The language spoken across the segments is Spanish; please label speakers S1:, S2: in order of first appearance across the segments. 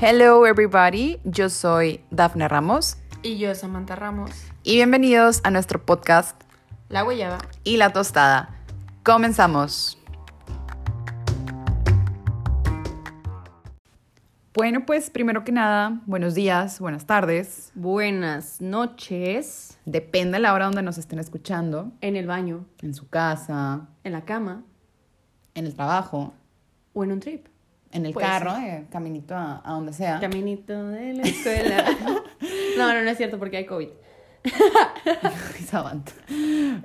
S1: Hello everybody, yo soy Dafne Ramos
S2: Y yo, Samantha Ramos,
S1: y bienvenidos a nuestro podcast
S2: la guayaba.
S1: y la tostada. Comenzamos. Bueno, pues primero que nada, buenos días, buenas tardes.
S2: Buenas noches.
S1: Depende de la hora donde nos estén escuchando,
S2: En el baño,
S1: en su casa,
S2: en la cama
S1: en el trabajo,
S2: o en un trip.
S1: en el
S2: Pues-
S1: carro, eh, caminito a, a donde sea.
S2: Caminito de la escuela. no, no, no es cierto porque hay COVID.
S1: Esa banda.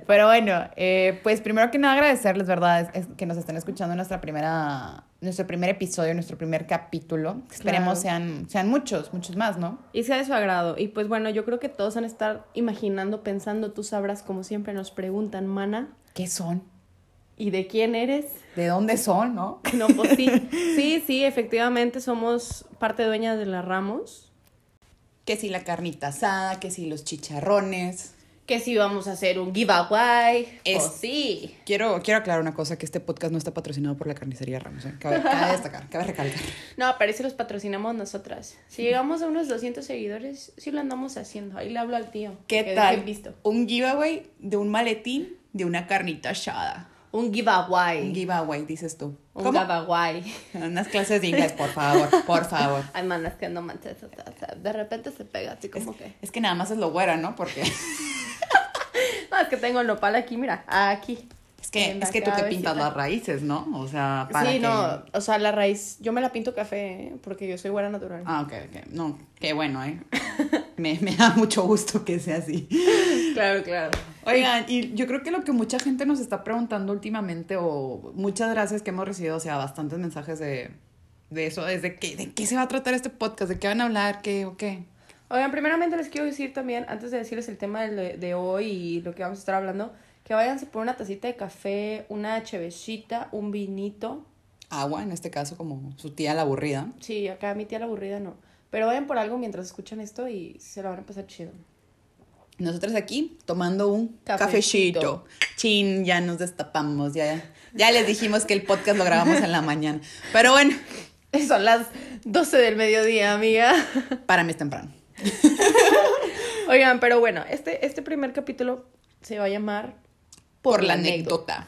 S1: Pero bueno, eh, pues primero que nada agradecerles, ¿verdad? Es, es que nos estén escuchando en nuestra primera, nuestro primer episodio, nuestro primer capítulo. Esperemos sean, sean muchos, muchos más, ¿no?
S2: Y sea de su agrado. Y pues bueno, yo creo que todos van a estar imaginando, pensando, tú sabrás, como siempre nos preguntan, mana,
S1: ¿Qué son?
S2: ¿y de quién eres?
S1: ¿De dónde son, no?
S2: No, pues sí. Sí, sí, efectivamente somos parte dueña de la Ramos.
S1: Que si la carnita asada, que si los chicharrones.
S2: Que si vamos a hacer un giveaway.
S1: Es-
S2: o sí.
S1: Quiero, quiero aclarar una cosa, que este podcast no está patrocinado por la carnicería Ramos. ¿eh? Cabe, cabe destacar, cabe recalcar.
S2: No, pero ese los patrocinamos nosotras. Si llegamos a unos 200 seguidores, sí lo andamos haciendo. Ahí le hablo al tío. que
S1: ¿Qué
S2: deje
S1: tal?
S2: Visto.
S1: Un giveaway de un maletín de una carnita asada.
S2: Un
S1: Un
S2: giveaway.
S1: giveaway, dices tú.
S2: Un giveaway.
S1: Unas clases de inglés, por favor, por favor.
S2: Ay, manas, que no manches. o sea, o sea, de repente se pega así como que.
S1: Es que nada más es lo güera, ¿no? Porque
S2: No, es que tengo el nopal aquí, mira. Aquí.
S1: es que,
S2: En la
S1: es que tú te pintas
S2: cabecita.
S1: las raíces, ¿no? O sea, para
S2: sí,
S1: que...
S2: no. O sea, la raíz. Yo me la pinto café, ¿eh? porque yo soy güera natural.
S1: Ah, ok, ok. No, qué bueno, ¿eh? Me, me da mucho gusto que sea así.
S2: Claro, claro.
S1: Oigan, y yo creo que lo que mucha gente nos está preguntando últimamente, o muchas gracias que hemos recibido, o sea, bastantes mensajes de, de eso, es de, qué, de qué se va a tratar este podcast, de qué van a hablar, qué o qué.
S2: Oigan, primeramente les quiero decir también, antes de decirles el tema de, de hoy y lo que vamos a estar hablando, que váyanse por una tacita de café, una chevechita, un vinito.
S1: Agua, en este caso, como su tía la aburrida.
S2: Sí, acá mi tía la aburrida no. Pero vayan por algo mientras escuchan esto y se lo van a pasar chido.
S1: Nosotros aquí tomando un
S2: Cafecito.
S1: cafecito. Chin, ya nos destapamos, ya, ya les dijimos que el podcast lo grabamos en la mañana. Pero bueno,
S2: Son las 12 del mediodía, amiga.
S1: para mí es temprano.
S2: Oigan, pero bueno, este, este primer capítulo se va a llamar
S1: Por, la anécdota.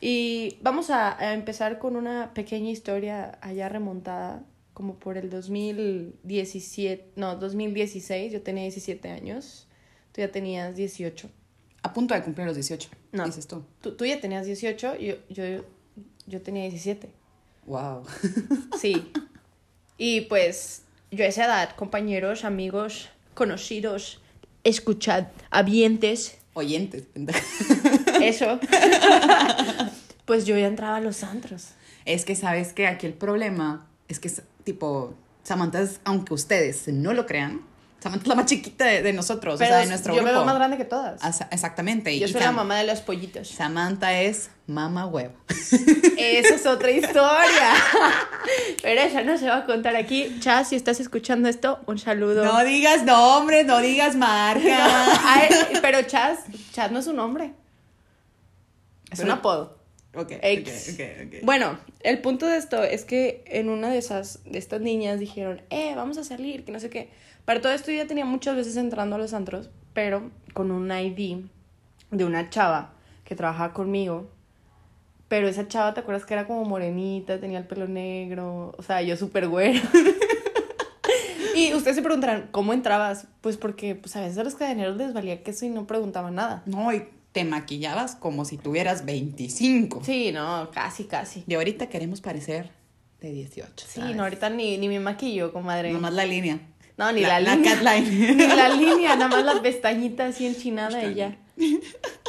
S2: Y vamos a, a empezar con una pequeña historia allá remontada, como por el 2017, no, 2016, yo tenía 17 años, tú ya tenías 18.
S1: A punto de cumplir los 18,
S2: No.
S1: dices tú.
S2: Tú, tú ya tenías 18, yo, yo, yo tenía 17.
S1: Wow.
S2: Sí. Y pues yo a esa edad, compañeros, amigos, conocidos, escuchad, habientes,
S1: Oyentes, pendeja.
S2: eso. pues yo ya entraba a los antros.
S1: Es que sabes que aquí el problema es que, es, tipo, Samantha es, aunque ustedes no lo crean, Samantha es la más chiquita de, de nosotros, o sea, de nuestro
S2: yo
S1: grupo.
S2: me veo más grande que todas.
S1: Asa- Exactamente.
S2: Yo
S1: y
S2: soy la
S1: Sam-
S2: mamá de los pollitos.
S1: Samantha es mama huevo.
S2: Esa es otra historia. Pero esa no se va a contar aquí. Chas, si estás escuchando esto, un saludo.
S1: No digas nombres, no digas marca.
S2: Ay, pero Chas, Chas no es un nombre. Es
S1: Pero-
S2: un apodo.
S1: Ok,
S2: X.
S1: ok, ok, ok.
S2: Bueno, el punto de esto es que en una de esas, de estas niñas dijeron, eh, vamos a salir, que no sé qué. Para todo esto yo ya tenía muchas veces entrando a los antros, pero con un ID de una chava que trabajaba conmigo. Pero esa chava, ¿te acuerdas que era como morenita, tenía el pelo negro? O sea, yo súper güero. y ustedes se preguntarán, ¿cómo entrabas? Pues porque pues, a veces a los cadeneros les valía queso y no preguntaban nada.
S1: No, y te maquillabas como si tuvieras 25.
S2: Sí, no, casi, casi.
S1: Y ahorita queremos parecer de 18.
S2: Sí,
S1: ¿sabes?
S2: no, ahorita ni, ni me maquillo, comadre.
S1: Nomás la línea.
S2: no, ni la, línea.
S1: catline.
S2: ni la línea, nada más las pestañitas así enchinada y ya.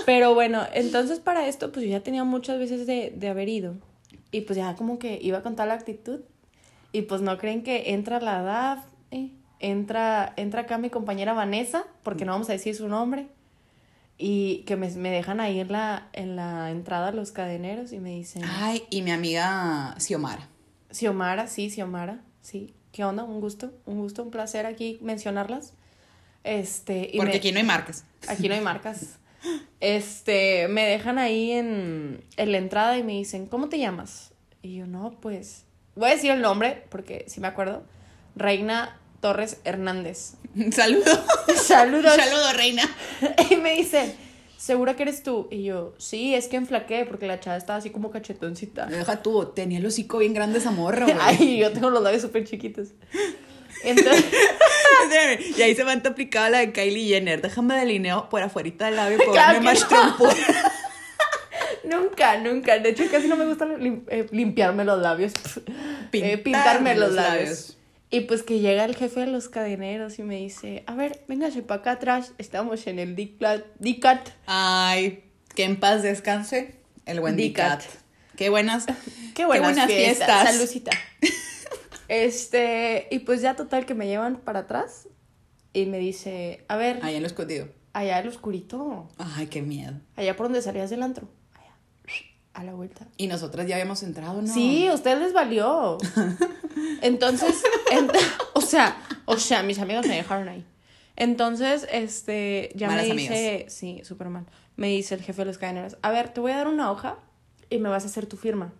S2: Pero bueno, entonces para esto, pues yo ya tenía muchas veces de, de haber ido. Y pues ya como que iba con tal actitud. Y pues no creen que entra la DAF, ¿eh? entra, entra acá mi compañera Vanessa, porque no vamos a decir su nombre. Y que me, me dejan ahí en la, en la entrada los cadeneros y me dicen.
S1: Ay, y mi amiga Xiomara.
S2: Xiomara, sí, Xiomara, sí. ¿Qué onda? Un gusto, un gusto, un placer aquí mencionarlas. Este, y
S1: Porque
S2: me-
S1: aquí no hay marcas.
S2: aquí no hay marcas. Este, me dejan ahí en, en la entrada y me dicen, ¿cómo te llamas? Y yo, no, pues, voy a decir el nombre, porque si me acuerdo, Reina Torres Hernández.
S1: Saludo.
S2: Saludos.
S1: Saludo, reina.
S2: Y me dice, ¿segura que eres tú? Y yo, sí, es que enflaqué porque la chava estaba así como cachetoncita.
S1: Deja tú, tenía el hocico bien grande esa morra, güey.
S2: Ay, yo tengo los labios súper chiquitos. Entonces,
S1: Espérame, Y ahí se van a aplicar la de Kylie Jenner. Déjame delineo por afuerita del labio por
S2: Claro
S1: verme
S2: que
S1: más
S2: no.
S1: trompo.
S2: nunca, nunca. De hecho, casi no me gusta lim- eh, limpiarme los labios. Eh, pintarme los, labios. Y pues que llega el jefe de los cadeneros y me dice, a ver, véngase para acá atrás, estamos en el DICAT. DICAT.
S1: Ay, que en paz descanse el buen
S2: Dicat.
S1: Dicat. Qué buenas.
S2: Qué buenas,
S1: buenas
S2: fiestas.
S1: fiestas.
S2: Salucita. este, y pues ya total que me llevan para atrás y me dice, a ver,
S1: Ahí en lo escondido.
S2: allá el oscurito,
S1: Ay, qué miedo.
S2: allá por donde salías del antro, allá, a la vuelta.
S1: Y nosotras ya habíamos entrado, ¿no?
S2: Sí, a ustedes les valió. Entonces, ent- o sea, o sea, mis amigos me dejaron ahí. Entonces, este, ya
S1: Malas
S2: me dice, sí, súper mal. Me dice el jefe de los cadeneros, a ver, te voy a dar una hoja y me vas a hacer tu firma.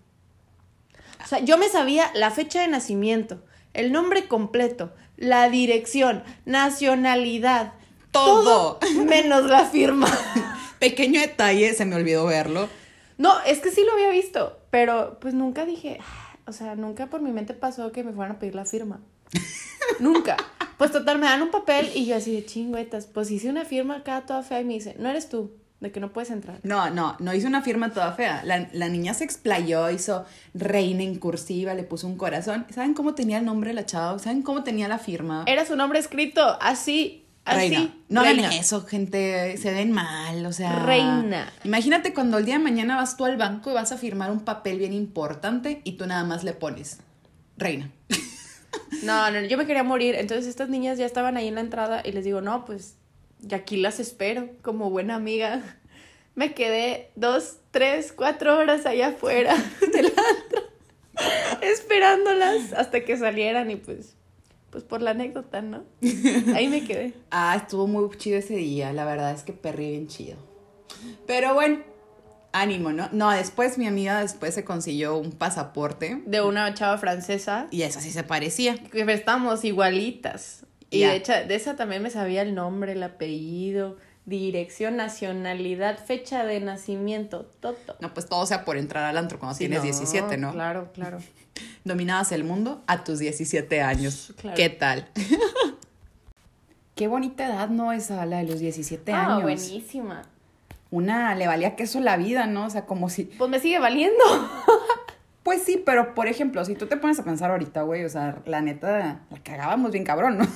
S2: O sea, yo me sabía la fecha de nacimiento, el nombre completo, la dirección, nacionalidad,
S1: Todo.
S2: menos la firma.
S1: Pequeño detalle, se me olvidó verlo.
S2: No, es que sí lo había visto, pero pues nunca dije, "Ah", o sea, nunca por mi mente pasó que me fueran a pedir la firma. nunca. Pues total, me dan un papel y yo así de chingüetas, pues hice una firma acá toda fea y me dice, no eres tú, de que no puedes entrar.
S1: No, no, no hizo una firma toda fea. La, la niña se explayó, hizo reina en cursiva, le puso un corazón. ¿Saben cómo tenía el nombre de la chava? ¿Saben cómo tenía la firma?
S2: Era su nombre escrito, así, así.
S1: Reina. No hagan
S2: reina.
S1: eso, gente. Se ven mal, o sea.
S2: Reina.
S1: Imagínate cuando el día de mañana vas tú al banco y vas a firmar un papel bien importante y tú nada más le pones reina.
S2: No, no, yo me quería morir. Entonces estas niñas ya estaban ahí en la entrada y les digo, no, pues ya aquí las espero, como buena amiga. Me quedé dos, tres, cuatro horas allá afuera del antro, esperándolas hasta que salieran y pues, pues por la anécdota, ¿no? Ahí me quedé.
S1: Ah, estuvo muy chido ese día. La verdad es que perrí bien chido. Pero bueno, ánimo, ¿no? No, después mi amiga después se consiguió un pasaporte
S2: De una chava francesa,
S1: y eso sí se parecía.
S2: que estamos igualitas. Y
S1: Ya.
S2: de, hecho, de esa también me sabía el nombre, el apellido, dirección, nacionalidad, fecha de nacimiento, todo.
S1: No, pues todo sea por entrar al antro cuando
S2: Sí,
S1: tienes 17, ¿no?
S2: Claro, claro.
S1: Dominabas el mundo a tus 17 años.
S2: Claro.
S1: ¿Qué tal? Qué bonita edad, ¿no? Esa, la de los 17
S2: Ah,
S1: años.
S2: buenísima.
S1: Una le valía queso la vida, ¿no? O sea, como si.
S2: Pues me sigue valiendo.
S1: Pues sí, pero por ejemplo, si tú te pones a pensar ahorita, güey, o sea, la neta, la cagábamos bien cabrón, ¿no?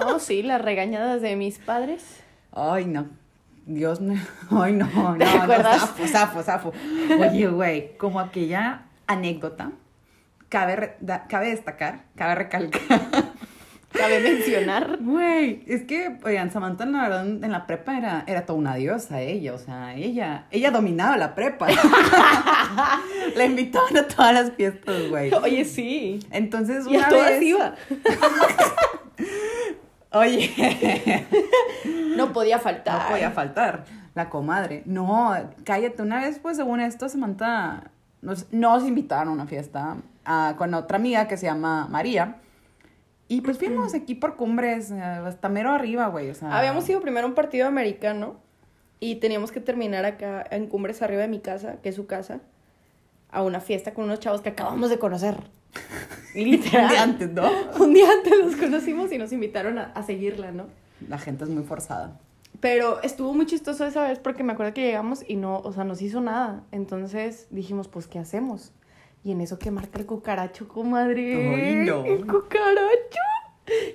S2: Oh, sí, las regañadas de mis padres.
S1: Ay, no. Dios me. Ay, no, no,
S2: ¿Te
S1: no,
S2: acuerdas?
S1: zafo, zafo, zafo. Oye, güey, como aquella anécdota, cabe, re- da- cabe destacar, cabe recalcar.
S2: Cabe mencionar.
S1: Güey, es que, oigan, Samantha, la verdad, en la prepa era, era toda una diosa ella, o sea, ella, ella dominaba la prepa. la invitaban a todas las fiestas, güey.
S2: Oye, sí.
S1: Entonces,
S2: Y
S1: una
S2: a todas
S1: vez...
S2: iba.
S1: Oye,
S2: No podía
S1: no
S2: faltar.
S1: podía faltar la comadre. No, cállate, una vez, pues, según esto, Samantha, nos, nos invitaron a una fiesta ah, con otra amiga que se llama María. Y, pues, fuimos aquí por cumbres, eh, hasta mero arriba, güey, o sea...
S2: Habíamos ido primero a un partido americano y teníamos que terminar acá en Cumbres arriba de mi casa, que es su casa, a una fiesta con unos chavos que acabamos de conocer.
S1: de
S2: Literal.
S1: antes, ¿no?
S2: un día antes los conocimos y nos invitaron a- a seguirla, ¿no?
S1: La gente es muy forzada.
S2: Pero estuvo muy chistoso esa vez porque me acuerdo que llegamos y no, o sea, nos hizo nada. Entonces dijimos, pues, ¿qué hacemos? Y en eso que marca el cucaracho, comadre.
S1: Ay, no.
S2: El cucaracho.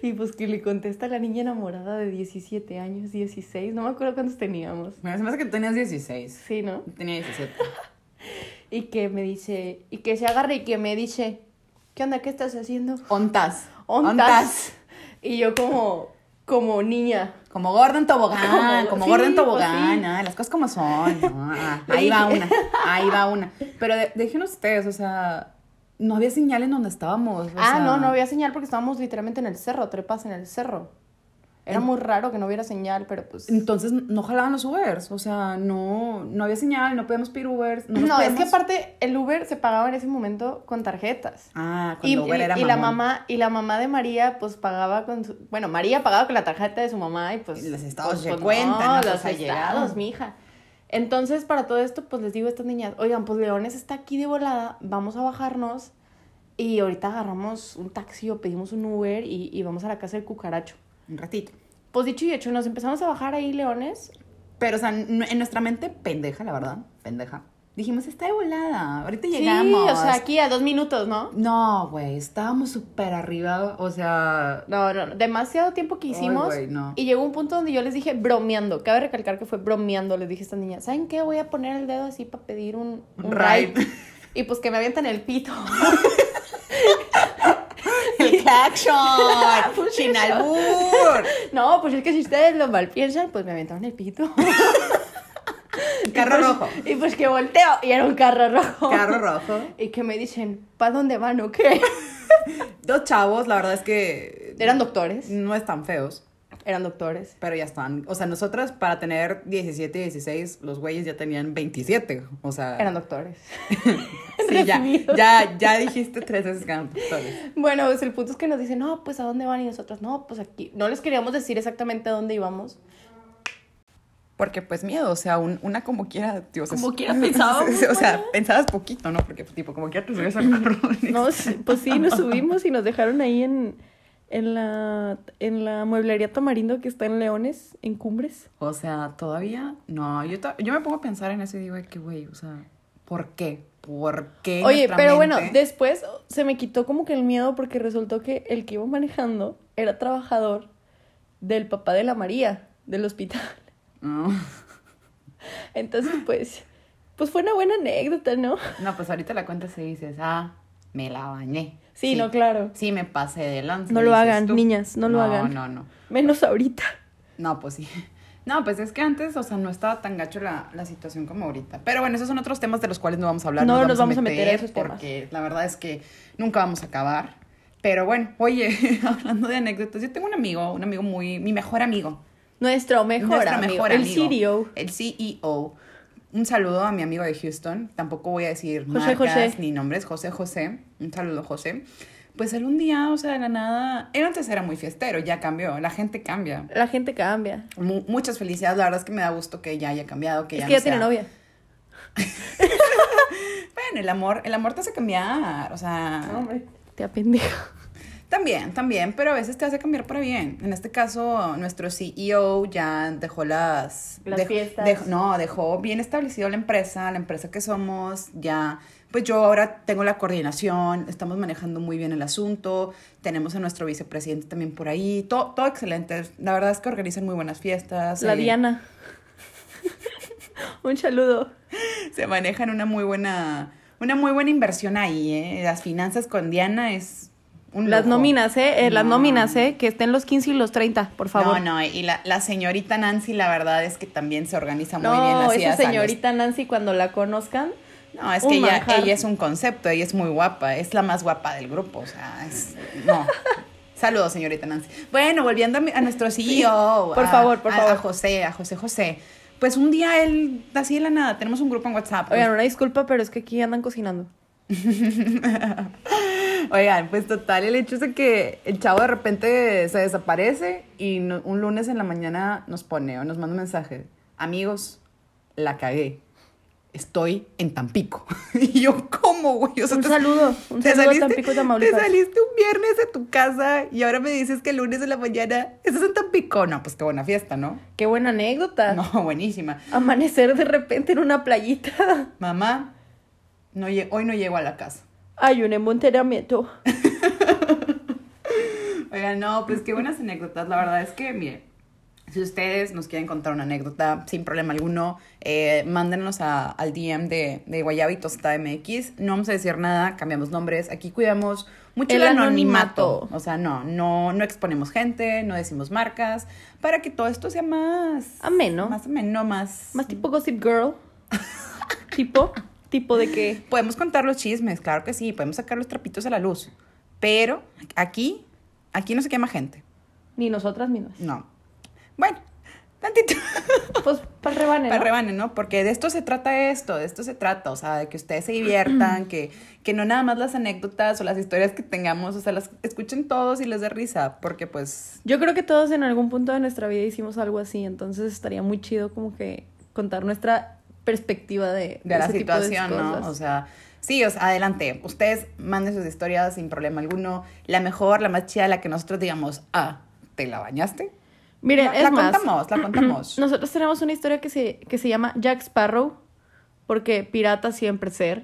S2: Y pues que le contesta la niña enamorada de 17 años, 16, no me acuerdo cuántos teníamos.
S1: Mira, se me hace que tenías 16.
S2: Sí, ¿no?
S1: Tenía 17.
S2: Y que me dice, y que se agarra y que me dice, ¿qué onda? ¿Qué estás haciendo?
S1: Ontas.
S2: Ontas. Y yo como, como niña.
S1: Como Gordon Tobogán,
S2: Como-
S1: como
S2: sí,
S1: Gordon
S2: pues
S1: Tobogán,
S2: sí.
S1: ah, las cosas como son. ¿no? Ah,
S2: Le
S1: ahí va
S2: dije.
S1: una, ahí va una. Pero de- dejen ustedes, o sea, no había señal en donde estábamos. o
S2: Ah,
S1: sea,
S2: no, no había señal porque estábamos literalmente en el cerro, trepas en el cerro. Era muy raro que no hubiera señal, pero pues...
S1: Entonces no jalaban los Ubers, o sea, no, no había señal, no podíamos pedir Ubers.
S2: No,
S1: nos
S2: es que
S1: podíamos-
S2: aparte el Uber se pagaba en ese momento con tarjetas.
S1: Ah,
S2: Y,
S1: cuando Uber
S2: y-
S1: era
S2: y la
S1: mamón.
S2: mamá y la mamá de María pues pagaba con su, bueno María pagaba con la tarjeta de su mamá y pues
S1: Y los estados
S2: pues,
S1: de
S2: pues,
S1: cuenta, ¿no?
S2: no, los
S1: Pues, ahí
S2: estados
S1: llegaron.
S2: mija entonces para todo esto pues les digo a estas niñas oigan pues Leones está aquí de volada vamos a bajarnos y ahorita agarramos un taxi o pedimos un Uber y, y vamos a la casa del cucaracho
S1: Un ratito.
S2: pues dicho y hecho nos empezamos a bajar ahí Leones
S1: Pero, o sea, n- en nuestra mente, pendeja, la verdad, pendeja. Dijimos, está de volada, ahorita
S2: sí
S1: llegamos.
S2: o sea aquí a dos minutos no
S1: No, güey, estábamos súper arriba, o sea...
S2: No, no, no, demasiado tiempo que
S1: Ay,
S2: hicimos.
S1: güey, no.
S2: Y llegó un punto donde yo les dije, bromeando, cabe recalcar que fue bromeando, les dije a estas niñas, ¿saben qué? Voy a poner el dedo así para pedir un, un
S1: Ride.
S2: ride". Y pues que me avientan el pito.
S1: ¡El claxon! ¡Sin albur!
S2: no, pues es que si ustedes lo malpiensan, pues me aventaron el pito.
S1: Carro
S2: Y pues-
S1: rojo.
S2: Y pues que volteo y era un carro rojo.
S1: Carro rojo.
S2: Y que me dicen, ¿para dónde van o qué?
S1: Dos chavos, la verdad es que...
S2: Eran doctores.
S1: No están feos,
S2: Eran doctores.
S1: pero ya están... O sea, nosotras para tener 17, 16, los güeyes ya tenían 27, o sea...
S2: Eran doctores.
S1: sí, ya,
S2: resumidos.
S1: ya, ya dijiste tres veces que eran doctores.
S2: Bueno, pues el punto es que nos dicen, no, pues a dónde van y nosotros, no, pues aquí. No les queríamos decir exactamente a dónde íbamos.
S1: Porque pues miedo, o sea, un- una como quiera, tío, o sea,
S2: Como
S1: es-
S2: quiera pensaba,
S1: o sea, o sea, pensabas poquito, ¿no? Porque pues, tipo, como quiera te subes al carro.
S2: No, sí, pues sí, nos subimos y nos dejaron ahí en, en, la, en la mueblería Tamarindo que está en Leones, en Cumbres.
S1: O sea, todavía, no, yo, to- yo me pongo a pensar en eso y digo, "Ay, qué güey, o sea, ¿por qué? ¿Por qué?
S2: Oye,
S1: nuestra
S2: pero bueno,
S1: mente-
S2: después se me quitó como que el miedo porque resultó que el que iba manejando era trabajador del papá de la María, del hospital.
S1: No.
S2: Entonces, pues, pues fue una buena anécdota, ¿no?
S1: No, pues ahorita la cuenta se dices, ah, me la bañé.
S2: Sí, no, claro.
S1: Sí, me pasé de lanza.
S2: No lo
S1: dices
S2: hagan,
S1: tú.
S2: niñas, no lo hagan.
S1: No, no, no.
S2: Menos ahorita.
S1: No, pues sí. No, pues es que antes, o sea, no estaba tan gacho la, la situación como ahorita. Pero bueno, esos son otros temas de los cuales no vamos a hablar.
S2: No, nos vamos a meter a esos temas.
S1: Porque la verdad es que nunca vamos a acabar. Pero bueno, oye, hablando de anécdotas, yo tengo un amigo, un amigo muy, mi mejor amigo.
S2: Nuestro mejor
S1: nuestro
S2: amigo,
S1: mejor
S2: el E
S1: amigo,
S2: CEO.
S1: El CEO. Un saludo a mi amigo de Houston. Tampoco voy a decir
S2: José,
S1: marcas
S2: José.
S1: ni nombres. José José. Un saludo, José. Pues él un día, o sea, de la nada. Él antes era muy fiestero, ya cambió. La gente cambia.
S2: La gente cambia.
S1: Mu- muchas felicidades. La verdad es que me da gusto que ya haya cambiado, que
S2: es
S1: ya
S2: que
S1: no
S2: ya tiene
S1: sea-
S2: novia.
S1: Bueno, el amor, el amor te hace cambiar, o sea,
S2: Te apendeja.
S1: también, también, pero a veces te hace cambiar para bien. En este caso, nuestro CEO ya dejó las,
S2: Las
S1: dej-
S2: fiestas.
S1: dej- no, dejó bien establecido la empresa, la empresa que somos, ya, pues yo ahora tengo la coordinación, estamos manejando muy bien el asunto, tenemos a nuestro vicepresidente también por ahí, todo, todo excelente. La verdad es que organizan muy buenas fiestas.
S2: La
S1: eh,
S2: Diana. Un saludo.
S1: se manejan una muy buena, una muy buena inversión ahí, ¿eh? Las finanzas con Diana es un
S2: Las
S1: lujo.
S2: nóminas, ¿eh? Eh, Las
S1: No.
S2: nóminas, ¿eh? Que estén los 15 y los 30, por favor.
S1: No, no, y la, la señorita Nancy, la verdad es que también se organiza muy bien
S2: No,
S1: las
S2: esa
S1: ideas a los-
S2: señorita Nancy, cuando la conozcan.
S1: No, es
S2: un
S1: que ella,
S2: manjar.
S1: ella es un concepto, ella es muy guapa, es la más guapa del grupo, o sea, es, no. Saludos, señorita Nancy. Bueno, volviendo a, mi- a nuestro CEO.
S2: Por
S1: a-
S2: favor, por
S1: a-
S2: favor.
S1: A José, a José José. Pues un día él, así de la nada, tenemos un grupo en WhatsApp.
S2: Oigan, una disculpa, pero es que aquí andan cocinando.
S1: Oigan, pues total, el hecho es de que el chavo de repente se desaparece y no- un lunes en la mañana nos pone o nos manda un mensaje. Amigos, la cagué. Estoy en Tampico. y yo, ¿cómo, güey? O sea,
S2: Un
S1: te-
S2: saludo, un
S1: te
S2: saludo a
S1: saliste-
S2: Tampico, Tamaulipas.
S1: Te saliste un viernes de tu casa y ahora me dices que el lunes en la mañana estás en Tampico. No, pues qué buena fiesta, ¿no?
S2: Qué buena anécdota.
S1: No, buenísima.
S2: Amanecer de repente en una playita.
S1: Mamá, no lle- hoy no llego a la casa.
S2: Hay un embontamiento.
S1: Oigan, no, pues qué buenas anécdotas. La verdad es que, mire, si ustedes nos quieren contar una anécdota sin problema alguno, eh, mándenos a- al DM de, de Guayaba y Tostada MX. No vamos a decir nada, cambiamos nombres. Aquí cuidamos mucho el,
S2: El
S1: anonimato.
S2: anonimato.
S1: O sea, no, no, no exponemos gente, no decimos marcas, para que todo esto sea más...
S2: Ameno.
S1: Más ameno, más...
S2: Más tipo Gossip Girl. tipo, tipo de que
S1: Podemos contar los chismes, claro que sí, podemos sacar los trapitos a la luz, pero aquí, aquí no se quema gente.
S2: ni nosotras mismas.
S1: No. Bueno, tantito.
S2: Pues para rebane,
S1: Para
S2: ¿no?
S1: rebanen, ¿no? Porque de esto se trata esto, de esto se trata, o sea, de que ustedes se diviertan, que, que no nada más las anécdotas o las historias que tengamos, o sea, las escuchen todos y les dé risa, porque pues
S2: Yo creo que todos en algún punto de nuestra vida hicimos algo así, entonces estaría muy chido como que contar nuestra perspectiva de,
S1: de la
S2: ese tipo
S1: situación,
S2: cosas.
S1: ¿no? O sea, sí, o sea, adelante, ustedes manden sus historias sin problema alguno, la mejor, la más chida, la que nosotros digamos, ah, ¿te la bañaste?
S2: Miren,
S1: la,
S2: Eh, es
S1: la
S2: más,
S1: contamos, la contamos.
S2: nosotros tenemos una historia que se, que se llama Jack Sparrow, porque pirata siempre ser.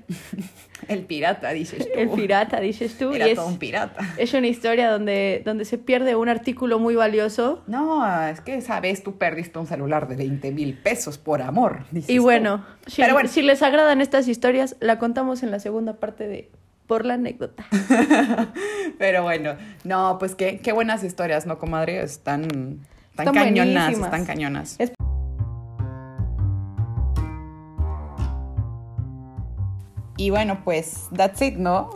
S1: El pirata, dices tú.
S2: El pirata, dices tú.
S1: Era
S2: y es,
S1: todo un pirata.
S2: es una historia donde, donde se pierde un artículo muy valioso.
S1: No, es que esa vez tú perdiste un celular de 20 mil pesos por amor. dices tú.
S2: Y Este, bueno si,
S1: Pero bueno.
S2: si les agradan estas historias, la contamos en la segunda parte de Por la anécdota.
S1: Pero bueno, no, pues qué, qué buenas historias, ¿no, comadre? Están, están,
S2: Están
S1: cañonas,
S2: buenísimas.
S1: están cañonas.
S2: Es-
S1: Y bueno, pues, that's it, ¿no?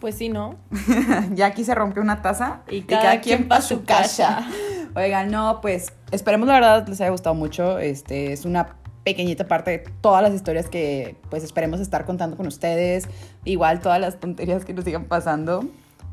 S2: Pues sí, ¿no?
S1: ya aquí se rompió una taza
S2: Y cada quien
S1: pa'
S2: pa' su casa.
S1: Oigan, no, pues esperemos la verdad les haya gustado mucho. Este es una pequeñita parte de todas las historias que pues esperemos estar contando con ustedes. Igual todas las tonterías que nos sigan pasando.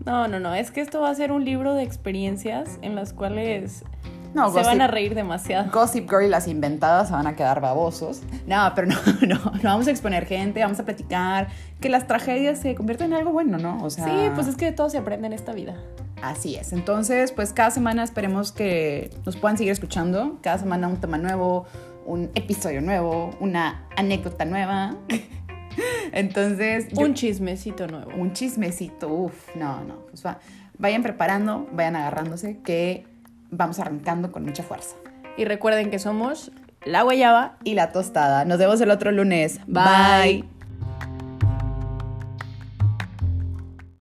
S2: No, no, no. Es que esto va a ser un libro de experiencias en las cuales
S1: No,
S2: se van
S1: gossip-
S2: a reír demasiado.
S1: Gossip Girl y las inventadas se van a quedar babosos. No, pero no, no, no vamos a exponer gente, vamos a platicar, que las tragedias se convierten en algo bueno, ¿no? O sea,
S2: Sí, pues es que de todo se aprende en esta vida.
S1: Así es. Entonces, pues cada semana esperemos que nos puedan seguir escuchando. Cada semana un tema nuevo, un episodio nuevo, una anécdota nueva. Entonces, yo-
S2: Un chismecito nuevo.
S1: un chismecito. Uf, no, no. Pues va- vayan preparando, vayan agarrándose, que vamos arrancando con mucha fuerza.
S2: Y recuerden que somos La Guayaba
S1: Y la tostada. Nos vemos el otro lunes.
S2: Bye.